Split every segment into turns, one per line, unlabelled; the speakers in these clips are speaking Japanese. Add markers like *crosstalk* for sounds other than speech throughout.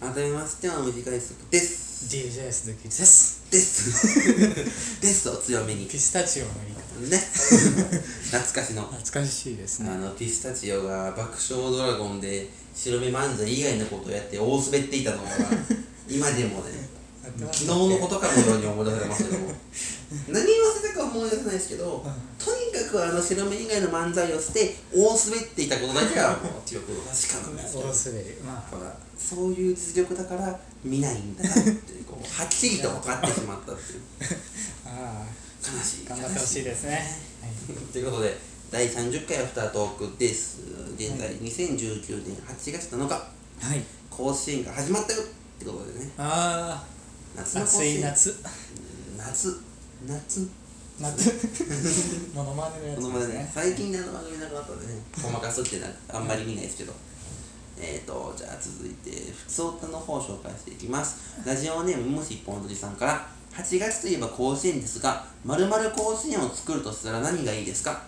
改めましては短いですです。
DJ 鈴木です
です。ですを強めに。ね。
ピスタチオの言い方
懐かしの。
懐かしいです
あ
ね
の、ピスタチオが爆笑ドラゴンで白目漫才以外のことをやって大滑っていたのが、今でもね、昨日のことかのように思い出されますけども。何言わせたか思い出せないですけど、とにかくあの白目以外の漫才をして大滑っていたことだけはもう記憶の確かなんですよ
大滑りまあ
ほらそういう実力だから見ないんだなっていうこうはっきりと分かってしまったっていう
あ
悲しい
あ頑張ってほしいですね、はい、
*laughs* ということで第30回アフタートークです現在2019年8月7日
はい、
甲子園が始まったよってことでね
あ
夏
あ
の甲子
暑い
園
夏
夏夏
夏 *laughs* モノマネのや
こ
つ
の
で
前
す
ね
ね
最近ねあの番組なくなったんでねごまかすっていうのはあんまり見ないですけどえーとじゃあ続いて普通歌の方を紹介していきますラジオネームもし一本鳥さんから8月といえば甲子園ですがまる甲子園を作るとしたら何がいいですか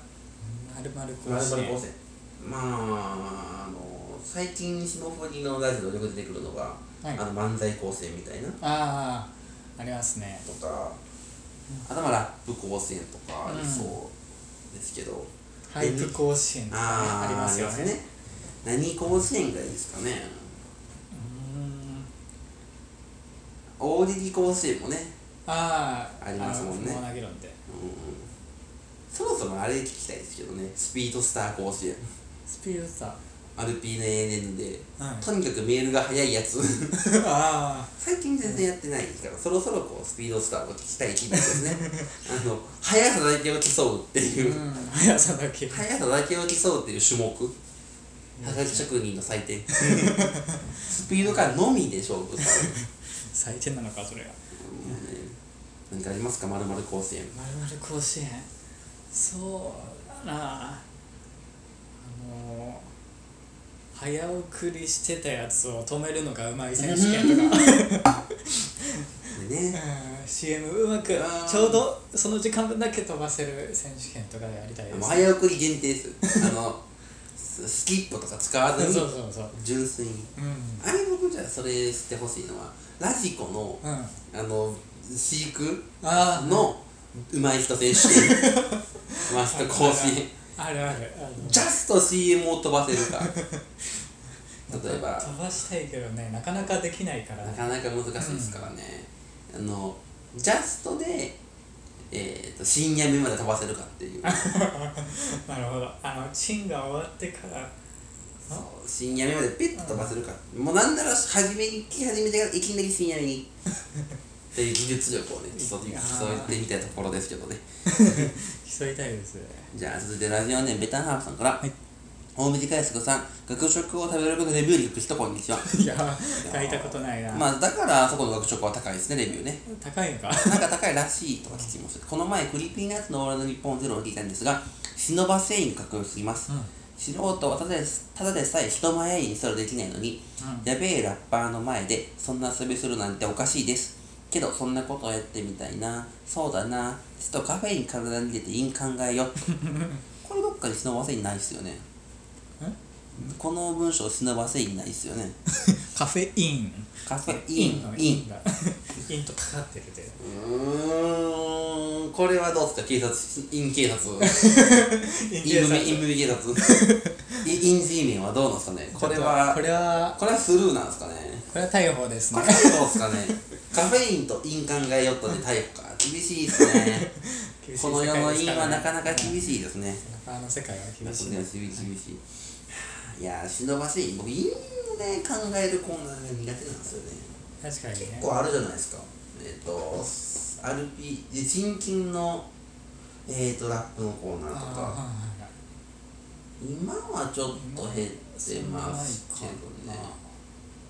まるまる甲子園
まああの最近霜降りのラジオでよく出てくるのが、
はい
あの漫才構成みたいな
ああありますね
とか、あとまあラップ構成とかありそうですけど、
ハイプ甲子園とかね
あ
ありますよね
ね何甲子園がいいですかね
うーん
大喜利甲子園もね、
ああ
ありますもんね
あの不毛な議論で
うん、そもそもあれ聞きたいですけどねスピードスター甲子園
スピードスター
アルピーの ANN で、
*laughs* はい
とにかくメールが早いやつ *laughs*
*laughs* あ
最近全然やってないですからそろそろこうスピードスターを聞きたい気分です
*laughs*
ねあの速さだけを競うって
あ、う、
いうん
速さだけ
速さだけを競うっていう種目はがき職人の祭典 *laughs* スピード感のみで勝負される
採点なのかそれが
何かありますかまるまる甲子園
まるまる甲子園そうだなあの早送りしてたやつを止めるのがうまい選手権とか
で
*laughs*
ね
うん CM うまく
あー
ちょうどその時間分だけ飛ばせる選手権とかやりたいで
もう
す
早送り限定ですあのススキップとか使わず
そう
に
そうそう
純粋に
うん
あれ僕じゃあそれ知ってほしいのはラジコの
うんあ
あの飼育
あ
のうまい人選手権
*laughs*
マスター甲子園
あるあるあの
ジャスト CM を飛ばせる
*laughs*
か例えば
飛ばしたいけどねなかなかできないから *laughs*
な
ね
かなか難しいですからね、あのジャストで、えー、と深夜目まで飛ばせるかっていう
なるほどあのチンが終わってから
そう深夜目までピッと飛ばせるか、もうなんなら初めに来始めてからいきなり深夜目にっていう技術力をね競い
いや
競
ー
ってみたいところですけどね
競いたいです
じゃあ続いてラジオネームベタンハーフさんから、
はい
大水海介さん学食を食べることでレビューに行く人こんにちはい
や書いたことないな、
まあだからあそこの学食は高いですねレビューね
高いのか
なんか高いらしいとは聞きますこの前、クリーピーナッツのオールナイトニッポンゼロを聞いたんですが、忍ばせいにかっこよすぎます。
うん
素人はただでただでさえ人前にそれできないのに、
うん
やべえラッパーの前でそんな遊びするなんておかしいです。けど、そんなことをやってみたいな。そうだな。ちょっとカフェイン体に入れていい考え
*laughs*
よ。これどっかに忍ばせいないですよね。この文章、忍ばせいないですよ
*laughs*
ね。
カフェイン
カフェイン、イン。
が *laughs* インとかかってるで
うーん、これはどうですか警察、イ *laughs* ン警察。インムインムビ警 *laughs* 察イインジーメンはどうなんですかねこれは
こ
これ
れは
はスルーなんですかね
これは逮捕です
こ
ね
れはどうですかねカフェインとイン考えよっとで逮捕か厳しいですね *laughs*
厳しい
この
世
世
界
の
です
イン
らね
はなかなか厳しいですね
あの世界は
な
厳
か
しい
なか厳しい厳しいいやー忍ばせい僕インで考えるコーナーが苦手なんですよね
確かにね
結構あるじゃないですかえっ、と RP で人金のえっ、とラップのコーナーとか
ああ
今はちょっと減ってますけどね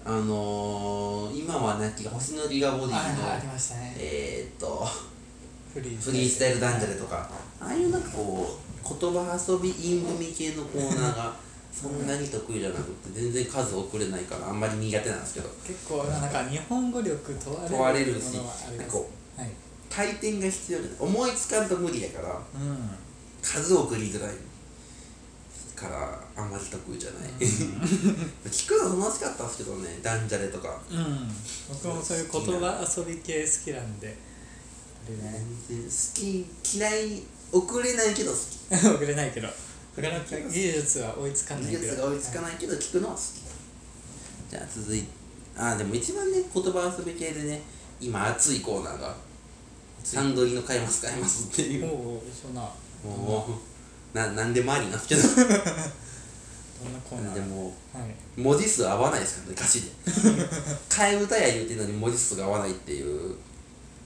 あのー、今はなき星野リガボディの、
はいはいありましたね
えー、っと
フリー
フリースタイルダンジャレとかああいうなんかこう言葉遊びイン組系のコーナー
*laughs*
がそんなに得意じゃなくて全然数遅れないからあんまり苦手なんですけど
結構なんか日本語力問われる
問われるし
ものはあります
こ
はい
回転が必要で思いつかんと無理やから
うん
数を送りづらいからあんまり得意じゃない *laughs* 聞くの楽しかったですけどねダンジャレとか
うん僕もそういう言葉遊び系好きなんでやっぱりね
全然好き嫌い遅れないけど好き
*laughs* 遅れないけどなかなか技術は追いつかない
技
けど
術が追いつか
はい
ないけど聞くのは好きじゃあ続いてあでも一番ね言葉遊び系でね今熱いコーナーがサンドリの買います買いますっていう
おうおう
*laughs*
そんな
もうななんでもありなんですけど
どんなコーナ
なん
ー
でも
はい、
文字数合わないですからね歌詞で *laughs* 替え歌や言うてんのに文字数が合わないっていう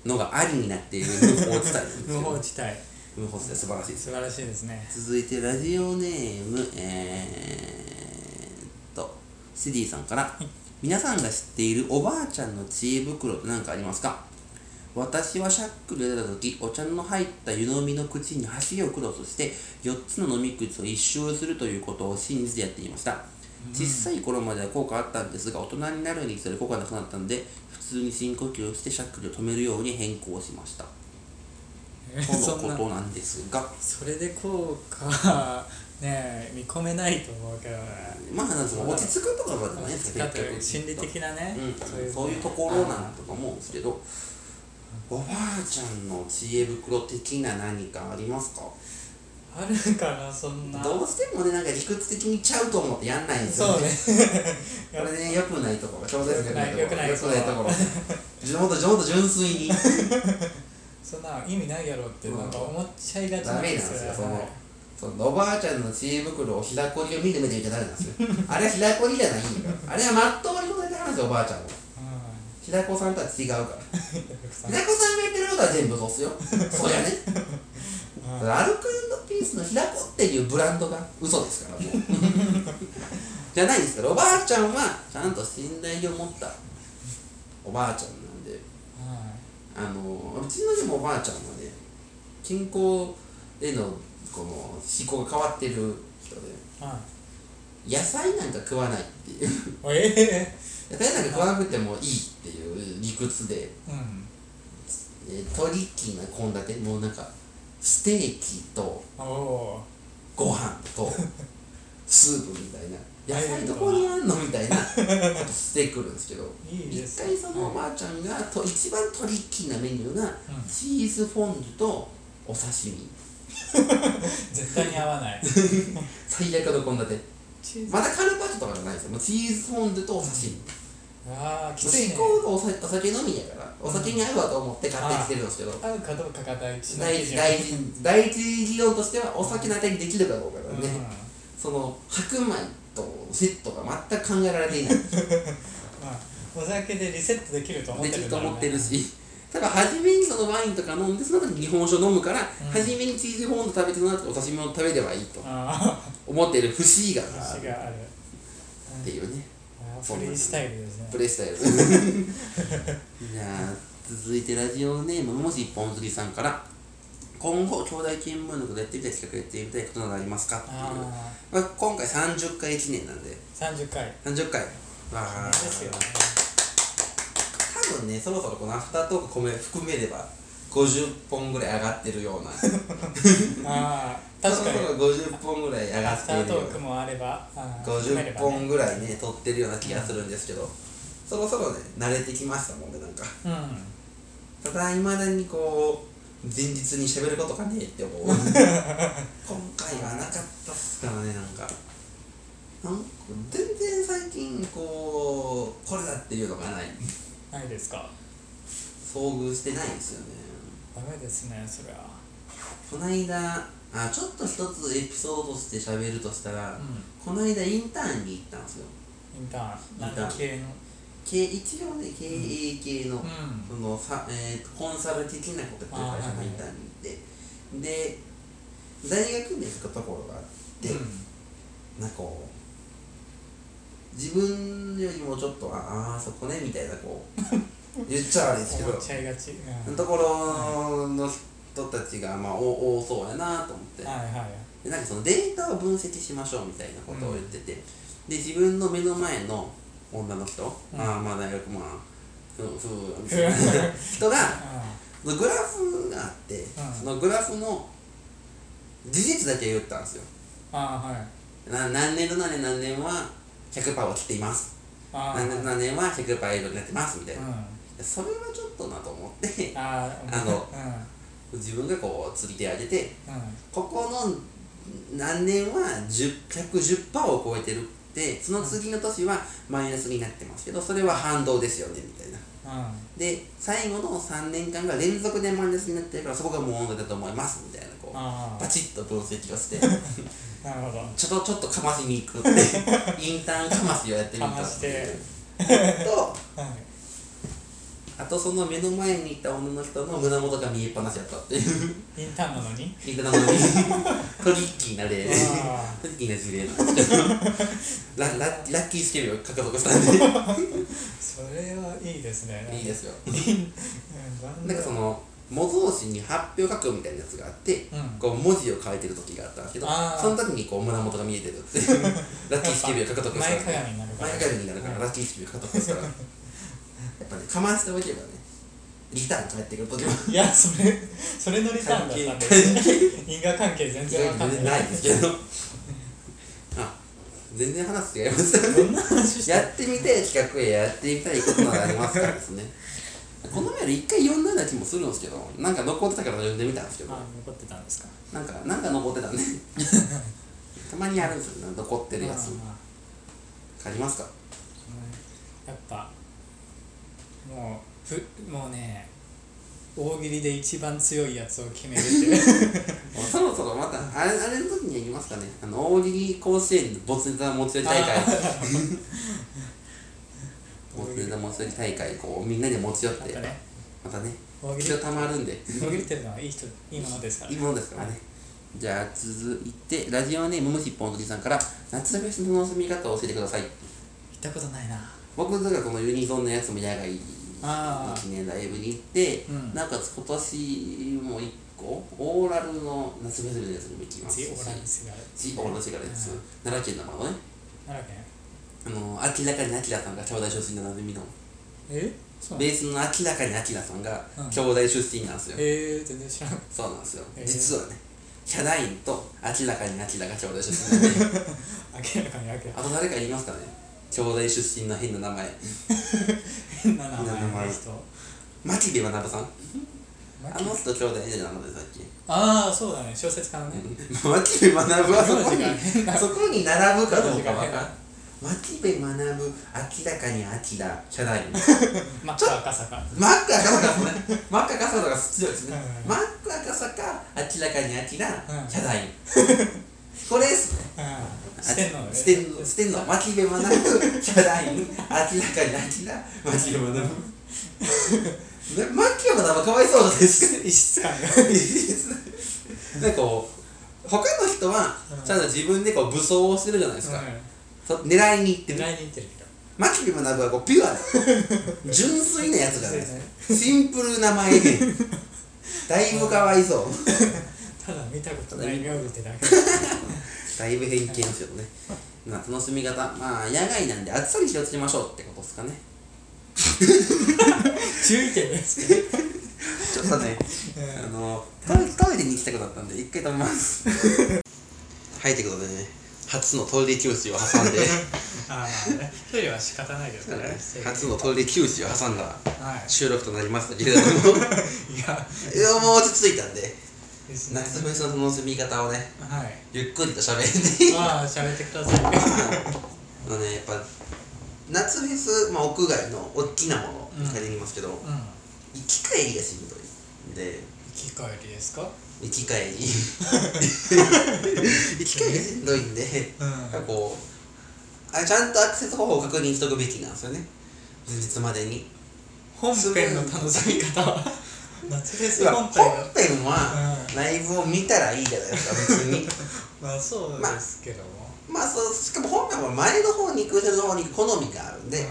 のがありになっている無法地帯なんですけ
無
ど
法地帯
無法地帯素晴らしいです
素晴らしいですね
続いてラジオネームえー、っとシディさんから、皆さんが知っているおばあちゃんの知恵袋って何かありますか私はシャックル出た時お茶の入った湯飲みの口に箸をクロスして4つの飲み口を一周するということを信じてやっていました小さい頃までは効果あったんですが大人になるにつれ効果がなくなったんで普通に深呼吸をしてシャックルを止めるように変更しましたと
そん
の
な
ことなんです *laughs* が
それで効果 *laughs* ねえ見込めないと思うけどね
まあ、なんか落ち着くとかまでないです
使
か
ってる心理的なね、
うん、そういうところなんだとか思うんですけどおばあちゃんの知恵袋的な何かありますか
あるかなそんな
どうしてもねなんか理屈的にちゃうと思ってやんないんですよ
そうね
これね良くないところちょうど
良くない
良
良
く
く
な
ないい
と *laughs* ころじょもっとちょもっと純粋に
そんな意味ないやろってなんか思っちゃいがち
ダ
なん
メなんで
で
す
す
よ
よ
そ
は
の
い
そのおばあちゃんの知恵袋をひらこりを見る目で見ちゃダメなんですよあれはひらこりじゃないんだからあれはまっとうに答えて話すよおばあちゃんは
う
ひらこさんとは違うから *laughs*
ん
平子さんが言ってることは全部そうっすよそうじゃね
うん
アルコピースの平子っていうブランドが嘘ですからもうじゃないですからおばあちゃんはちゃんと信頼を持ったおばあちゃんなんで
は
あのうちのでもおばあちゃんはね健康へのこの思考が変わってる人で
いは
野菜なんか食わないっていう *laughs*
いええ
野菜なんか食わなくてもいいっていう理屈で
うん
えートリッキーな献立もうなんかステーキと
おお
ご飯
*laughs*
とスープみたいな野菜どこにあんのみたい
*laughs*
なことしてくるんですけど
いいです
一回そのお
はい
ばあちゃんがと一番トリッキーなメニューが
うん
チーズフォンデュとお刺身
絶対に合
*laughs*
わない
最悪の献立
チーズ
まだカルパッチョとかじゃないですよもうチーズフォンデュとお刺身
うわあきつ
至
いね
高がお酒お酒飲みやからお酒に合うわと思って買ってきてるんですけど
合うかどうかが第一の
第
基
一
準
第一第一議論としてはお酒の当てにできるかどうかだね、
うん
その白米とセットが全く考えられていない
まあお酒でリセットできると *laughs* 思っ
で
て
きる
るん
と
だろう
思
ね
ってるしただ初めにそのワインとか飲んでその後に日本酒を飲むから、
ん
初めにチーズフォンド食べてその後お刺身を食べればいいと
あ
思ってる節が
あ
ある
話がある
っていうね
あーフリースタイルですね
プレイスタイルじ *laughs* ゃあ続いてラジオネームもし一本釣りさんから今後兄弟勤務のことやってみたい企画やってみたいことなどありますかっていう
あ
まあ、今回30回記念なんで
あ30回
30回
記念
わあ
ですよね
多分ねそろそろこのアフタートーク込め含めれば50本ぐらい上がってる
*laughs*
ような
ああ確かに
そろそろ50本ぐらい上が
ア
っ
フタ
てい
ー
るよ
ト
う
ークもあればあー含めれ
50
ば
本
ね
ぐらいね撮ってるような気がするんですけど、そろそろね慣れてきましたもんねなんか
うん
ただいまだにこう前日に喋ることがねえって思う今回はなかったっすからねなんかなんか全然最近こうこれだっていうのがない
ないですか
遭遇してないんですよね
ダメですねそれは
こないだあちょっと一つエピソードとして喋るとしたら、
うん
こないだインターンに行ったんですよ
インターン
インターン
何系の
経一応ね経営系の、
うん
そのさ、えーとコンサル的なことやってる会社のインターンに行って、で大学に行くところがあって、
うん
なんかこう自分よりもちょっとああーそこねみたいなこう
*laughs*
言っちゃあれですけど
思っちゃいがちうん
ところの人たちがまあお多そうやなと思って、
はいはい
でなんかそのデータを分析しましょうみたいなことを言ってて、で自分の目の前の女の人、
うん
ああまあ大学まあふ
*laughs*
うふうみ
ふ
たいな
う
人が
あ
そのグラフがあって、
ん
そのグラフの事実だけ言ったんですよ
あーはい
な何年と何年何年は100%を切っています
あー
何年と何年は100%以上になってますみたいうな、
ん
それはちょっとなと思って
あー
あの
うん
自分がこう釣り手上げて
う
ここの何年は10 110%を超えてるってその次の年はマイナスになってますけどそれは反動ですよねみたいなん
うん
で最後の3年間が連続でマイナスになってるからそこがもう問題だと思いますみたいなこう
あ
パチッと分析を
*laughs*
して
あなるほど
ちょっとちょっとかましに行
*laughs*
くってインターンかましをやってみた
かまして
と
はい
あとその目の前にいた女の人の胸元が見えっぱなしだったっていう
インターンなのに
インター
*laughs*
ンなのにトリッキーな例
あ
トリッキーな事例なんです
*laughs*
けどラララッキースケールを獲得したんで
ーそれはいいですね
いいですよ
うんだん
なんかその模造紙に発表書くみたいなやつがあって、
うん
こう文字を書いてる時があったんですけど
あー
その時にこう胸元が見えてるっていう
*laughs*
ラッキースケベを獲得した
前
んで
鏡になるから
前鏡になるからラッキースケベを獲得したからやっぱねかましておけばねリターン返ってくる時も
いやそれそれのリターンだったんですね因果関係全然わか
全
んな
然な
い
いですけどあ全然話違いました
どんな話して
やってみたい企画ややってみたいことならありますからですねこのメール一回読んだような気もするんですけどなんか残ってたから読んでみたんですけど
あ残ってたんですか
なんかなんか残ってたね *laughs* たまにあるんですよね残ってるやつ
まあまあ
ありますか
やっぱもうふもうね大喜利で一番強いやつを決めるっていう
もうそろそろまたあれあれの時にやりますかねあの大喜利甲子園ボツネタ持ち寄り大
*laughs*
会ボツネタ持ち寄り大会こうみんなで持ち寄っ
なん
て
かね
またね
大喜
一
利
応たまるんで
大喜利っていうのはいい人いいものですから
いいものですからね、じゃあ続いてラジオネームむしっぽんとじさんから夏フェスの楽しみ方を教えてください
行ったことないな
僕とかこのユニゾンのやつも野外
あ
の
ー
記念ライブに行って、
うん
なおかつ今年も1個オーラルの夏フェスのやつにも行きます
ジ
し
オラミスが
ジオーラルシガレッツ
うん
奈良県のまのね
奈良県
あの明らかに明さんが兄弟出身なのでみの
えそうな
ベ
の
ースの明らかに明さんが
うん
兄弟出身なんですよ、
えー、全然知らなかっ
そうなんですよ、
へー
実はねヒャダインと明らかに明が兄弟出身なん *laughs* で
た明らかに明らかに
あと誰か言いますかね兄弟出身の変な名前
変な名前
変な名
の
前
人
牧部学さん
マ
あ
キ
の人兄弟じゃなのでさっき
ああそうだね小説家のね
牧部学はそこ
名字が変
に *laughs*
な
そこに並ぶかどうかわ
名字が変
かん
な
牧部学明らかに明キャライン
マッカ赤坂
マック赤坂 *laughs* ですねマック赤坂が強いですね
うん
マック赤坂明らかに明キャ
うん
ラ *laughs* インこれですね
うんしてんのね
ステンドステンド牧部 *laughs* 学ヒャダイン明らかに明牧 *laughs* 部学ね牧部学はかわいそうです
*laughs* 異質感が
*laughs* なんかこう他の人は
うん
ちゃんと自分でこう武装をしてるじゃないですか、そ狙いに行って
狙
る
いに行ってるけど
マキビもなくはこうピュアな *laughs* 純粋なやつじゃないです
純
かシンプルな前
*laughs*
でだいぶかわいそう
ただ見たことない名字ってだけ
だいぶ偏見ですよねまあ楽しみ方まあ野外なんで暑さに気をつけましょうってことですかね
注意点ですけど
ちょっとね
うん
あのトイレトイレに行きたくなったんで一回止めます
*laughs*
はいということでね初のトイレ休止を挟
*laughs*
んで
あーまあねトイレは仕方ないですからね
初のトイレ休止を挟んだ
はい
収録となりましたけれ
*laughs*
ども
いや
いやもう落ち着いたんで
ですね
夏フェスの楽しみ方をね
はい
ゆっくりと喋って
まあ喋ってください
あのねやっぱ夏フェス、まあ、屋外の大きなもの
うん
借りにますけど、
うん
行き帰りがしんどいんで
行き帰りですか
行き帰り
*laughs*
行き帰りがしんどいんで
うん
なんかこうあちゃんとアクセス方法を確認しとくべきなんですよね前日までに
本編の楽しみ方は *laughs* 夏フェ
い
ス
や
本
本
体は
編は
う
ライブを見たらいいじゃないですか別に
まあそうですけども
まあそうしかも本編は前の方に行く後ろの方に行く好みがあるんで、
うん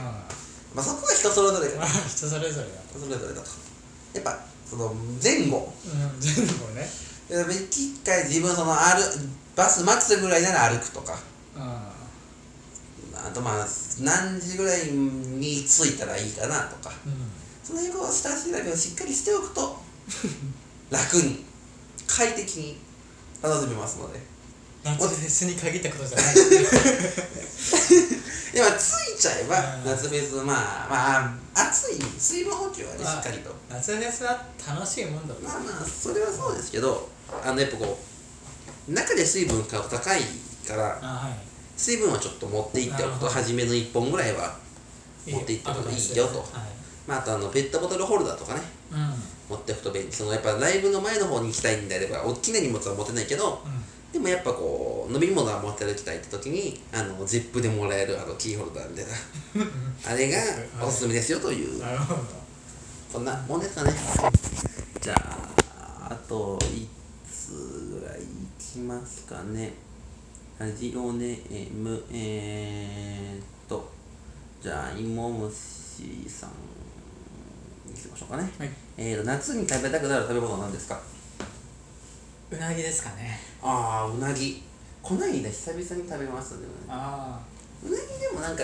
ま
まあ、そこは人それぞれ
あ
が
人それぞれだ
人それぞれだとやっぱその前後
うん全部ね
で一回自分そのあるバス待つぐらいなら歩くとか
う
あとまあ何時ぐらいに着いたらいいかなとか
んうん
その辺を下調べをしっかりしておく
*laughs*
と楽に快適に楽しめますので
夏フェスに限ったことじゃない *laughs*
でもついちゃえば
うん
夏フェスまあまあ暑い水分補給はねし
まあ
っかりと
夏フェスは楽しいもんだろ
まあまあそれはそうですけどあのやっぱこう中で水分が高いから
あは
水分はちょっと持っていっておくと
なるほど
初めの1本ぐらいはい
いいよ
持って行った方がいいよ
アドバイスです
と
はい
まああとあのペットボトルホルダーとかね
うんうん
持っておくと便利そのやっぱライブの前の方に行きたいんであれば大きな荷物は持てないけどでもやっぱこう飲み物は持って歩きたいって時にあのゼップでもらえるあのキーホルダー *laughs* みたいなあれがおすすめですよという
なるほど
こんなもんですかねじゃああといつぐらいいきますかねラジオネームえー、っとじゃあ芋虫さんいきましょうかね、
はい
えー、と夏に食べたくなる食べ物は何ですか
うなぎですかね
ああうなぎこないだ久々に食べましたねうな
ああ
ぎうなぎでもなんか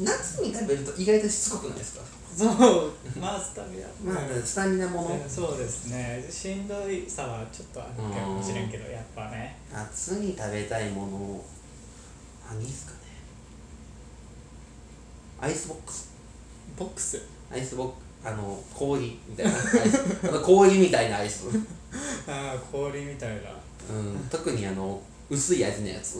夏に食べると意外としつこくないですか
そうまあスタミナ
まあスタミナもの
そうですねしんどいさはちょっとあるかもしれんけどやっぱね
夏に食べたいもの何ですかねアイスボックス
ボックス
アイスボックスあの氷み *laughs* たいなアイスあの氷みたいなアイス、う、
ああ氷みたいなん
特にあの薄い味のやつ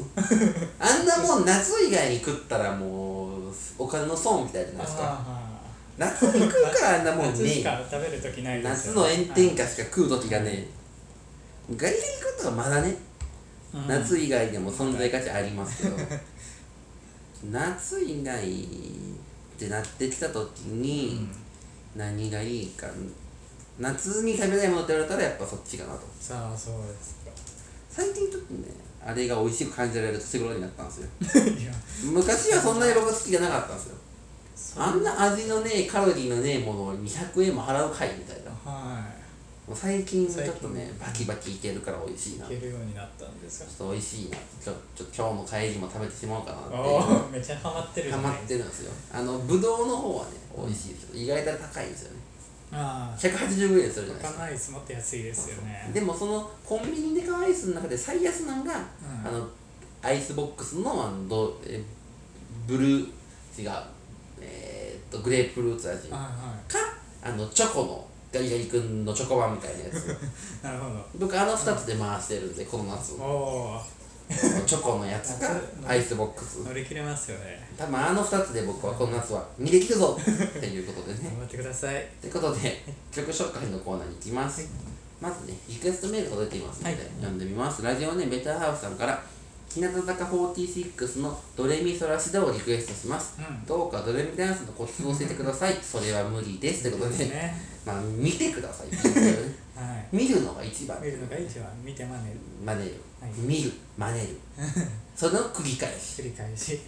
あんなもん夏以外に食ったらもうお金の損みたいじゃないですか
ああ
夏に食うからあんな *laughs* もん
夏し
ね
か食べるときないで
夏
すよ
の炎天下しか食う時がねガリガリ食ったらまだね
うん
夏以外でも存在価値ありますけ
*laughs*
ど夏以外ってなってきた時
う
に
ん
何がいいか夏に食べたいものって言われたらやっぱそっちかなと
さあそうですか
最近ちょっとねあれが美味しく感じられる年頃になったんです
*laughs*
よ
*laughs* いや
昔はそんなに僕好きじゃなかったんですよ
そう
あんな味のねえカロリーのねえものを200円も払うかいみたいなも
は
う最近ちょっとね
最近
バキバキいけるから美味しい
い
な
行
ちょ
けるようになったんですか
っと美味しいなちょちょ今日の帰りも食べてしまおうかなっていう
おおめちゃハマってるじ
ハ
ゃ
マ
ない
ってるんですよあのブドウの方はね美味しいですけど意外と高いんですよね
あ
180ぐらいするじゃ
あ
ないです
他
か
のアイスもっと安いですよね
でもそのコンビニで買うアイスの中で最安なんが、
うん
あのアイスボックスのあのどえブルー違うえーっとグレープフルーツ味
あ
か
は
あのチョコのガリガリ君のチョコ版みたいなや
*laughs*
つ
いなるほ
僕あの2つで回してるんでこの夏
どおお
*laughs* チョコのやつか
夏
アイスボックス
乗り切れますよね
多分あの2つで僕はこの夏は逃げ切るぞっていうことでね
頑張ってください
ということで曲紹介のコーナーに行きます、まずねリクエストメールが届いていますので、
はい
読んでみますラジオネームベターハウスさんから日向坂46の「ドレミソラシド」をリクエストします、
うん
どうかドレミダンスのコツを教えてくださいそれは無理ですということで、
ね
まあ見てくださいっていうことでね
はい
見るのが一番
見るのが一番見て真似る *laughs*
真似る、
はい
見る真似るその繰り返し
繰り返し
っ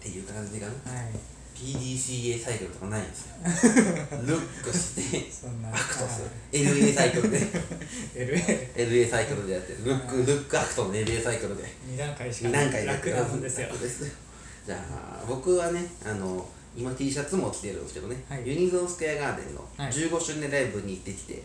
ていう感じかな
うんはい
PDCA サイクルとかないん
*laughs*
ですよルックして
そんな
アクトする LA サイクル
*laughs*
で
LA
LA サイクルでやってるルックルックアクトの LA サイクルで
二段階しか
何回かやって
楽
る
なもんですよ
楽じゃあ僕はねあの今 T シャツも着てるんですけどね、
はい
ユニゾンスクエアガーデンの
はい
15周年ライブに行ってきて、い、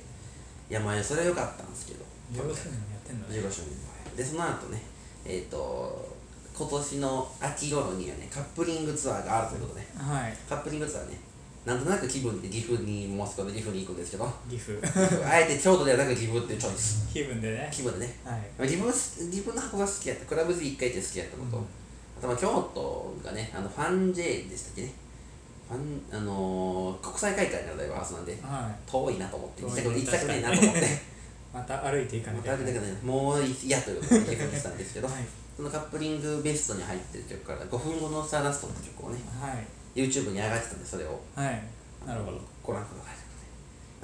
やまあそれは良かったんですけど
上手にやってんのね
15周年でその後ねえっ、と今年の秋頃にはねカップリングツアーがあるということで
はい
カップリングツアーねなんとなく気分で岐阜にもうすぐで岐阜に行くんですけど
岐阜
あえて京都ではなく岐阜っていうチョイス
*laughs* 気分でね
気分でね
はい
自分は自分の箱が好きやったクラブ G1 回って好きやったこと、
うん
あとまあ京都がねあのファン J でしたっけねファン、あのー国際大会のライブハウスなんで
は
遠いなと思って
遠
行
い
き
ね
たく行きたくないなと思って
*laughs* いまた歩いていか
ま
なきゃ
た
いけない
ねもう嫌ということで結にしたんですけど、
はい
そのカップリングベストに入ってる曲から5分後のスターダストって曲をね YouTube に上がってたんでそれを
はいはいなるほど
ご覧ください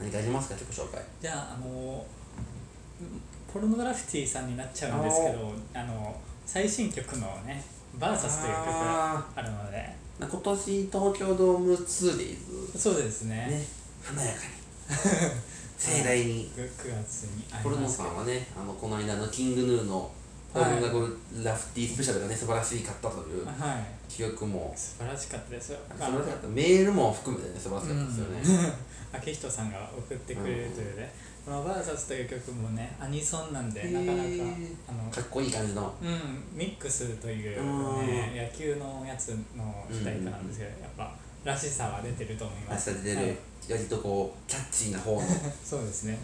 何かありますか曲紹介
じゃああのポルノグラフィティさんになっちゃうんですけどあの最新曲のね「バーサスという曲が
あ
あるので
ー今年東京ドーム 2days
そうですね
ね、華やかに
*laughs*
盛大に
9月にあ
コ
り
ルノ
ます
さ
け
んはねあのこの間のキングヌーのポルノがラフティスペシャルがね素晴らしかったという
どはい
記憶も
素晴らしかったですよ
素晴らしか *laughs* ったメールも含めてね素晴らしかったですよね、
うん明人さんが送ってくれるというね、この「VS」という曲もねアニソンなんで
へー
なかなかあの
かっこいい感じの
うん、ミックスという、ね、野球のやつの主題歌なんですけど、やっぱらしさは出てると思いま
朝
す。
出て
は
る
い、
割とこうキャッチーな方のね
そうですね。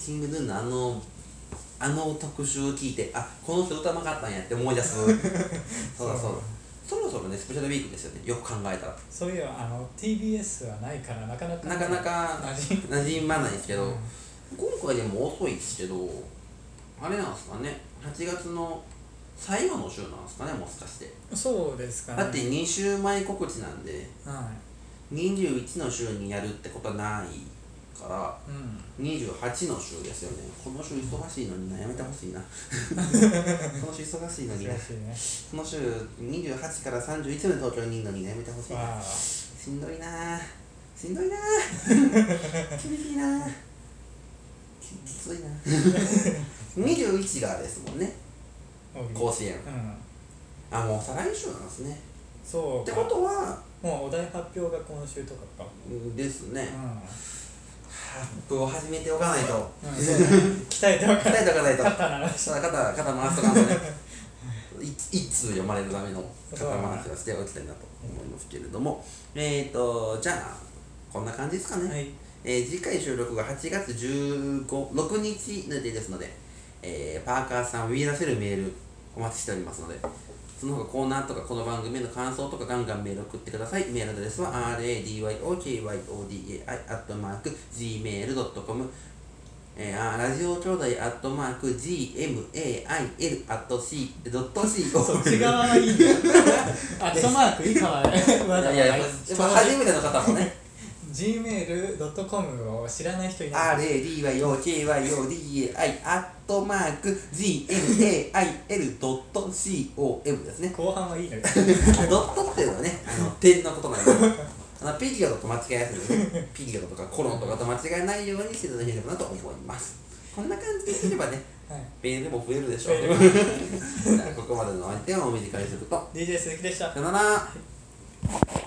キングヌーのあのあの特集を聞いてあこの人歌うまかったんやって思い
*laughs*
出すそうだそうだそろそろねスペシャルウィークですよねよく考えたら
そういえばあの TBS はないからなかなか
なかなか
馴染む
馴染まないですけど、
うん
今回でも遅いですけどあれなんですかね8月の最後の週なんですかねもしかして
そうですかね。
だって2週前告知なんで
は
21の週にやるってことはないから
い。うん。
28の週ですよねこの週忙しいのに悩めてほし
*laughs*
いなこの週忙しいのに
珍しいね。
この週28から31まで東京にいるのに悩めてほしいな
わあ。
しんどいなあしんどいなあ
*laughs*
厳しいなあききついなあ
*laughs*
21がですもんね
大喜利
甲子園
うん。
あもう再来週なんですね
そう
って
か。
ことは
もうお題発表が今週とかか。
うんですね
う
ハップを始めておかないと
ん。うん、そう
*laughs*
だね鍛えてわかる。
叩いておかないと
肩鳴らし
そしたら肩肩回すとかもねい一通読まれるための肩回しをしておきたいなと思いますけれどもえーとじゃあこんな感じですかね、
はい。
えー次回収録が8月15 6日の予定ですので、えーパーカーさんを言い出せるメールお待ちしておりますのでその他コーナーとかこの番組への感想とかガンガンメール送ってくださいメールアドレスは radyokyodai.gmail.com えー、あラジオ兄弟アットマーク gmail.c.co
そっち側は
*laughs*
いいんだよアットマーク以下はねまだ
いやいや
ま
や
だ
っぱやっぱ初めての方もね
Gmail.com を知らない人いない RADYOKYODI
アットマーク GMAIL.com ですね。 *laughs*
後半はいいのよ
あドットっていうのはね、あの点のことなんで、あのピリオドと間違えやすいので、ね、ピリオドとかコロンとかと間違えないようにしていただければなと思います。こんな感じでいればね、
はい
メールも増えるでしょう。
メ
*laughs* じゃあここまでの相手はお短いすると。
DJ 鈴木でした
さよなら。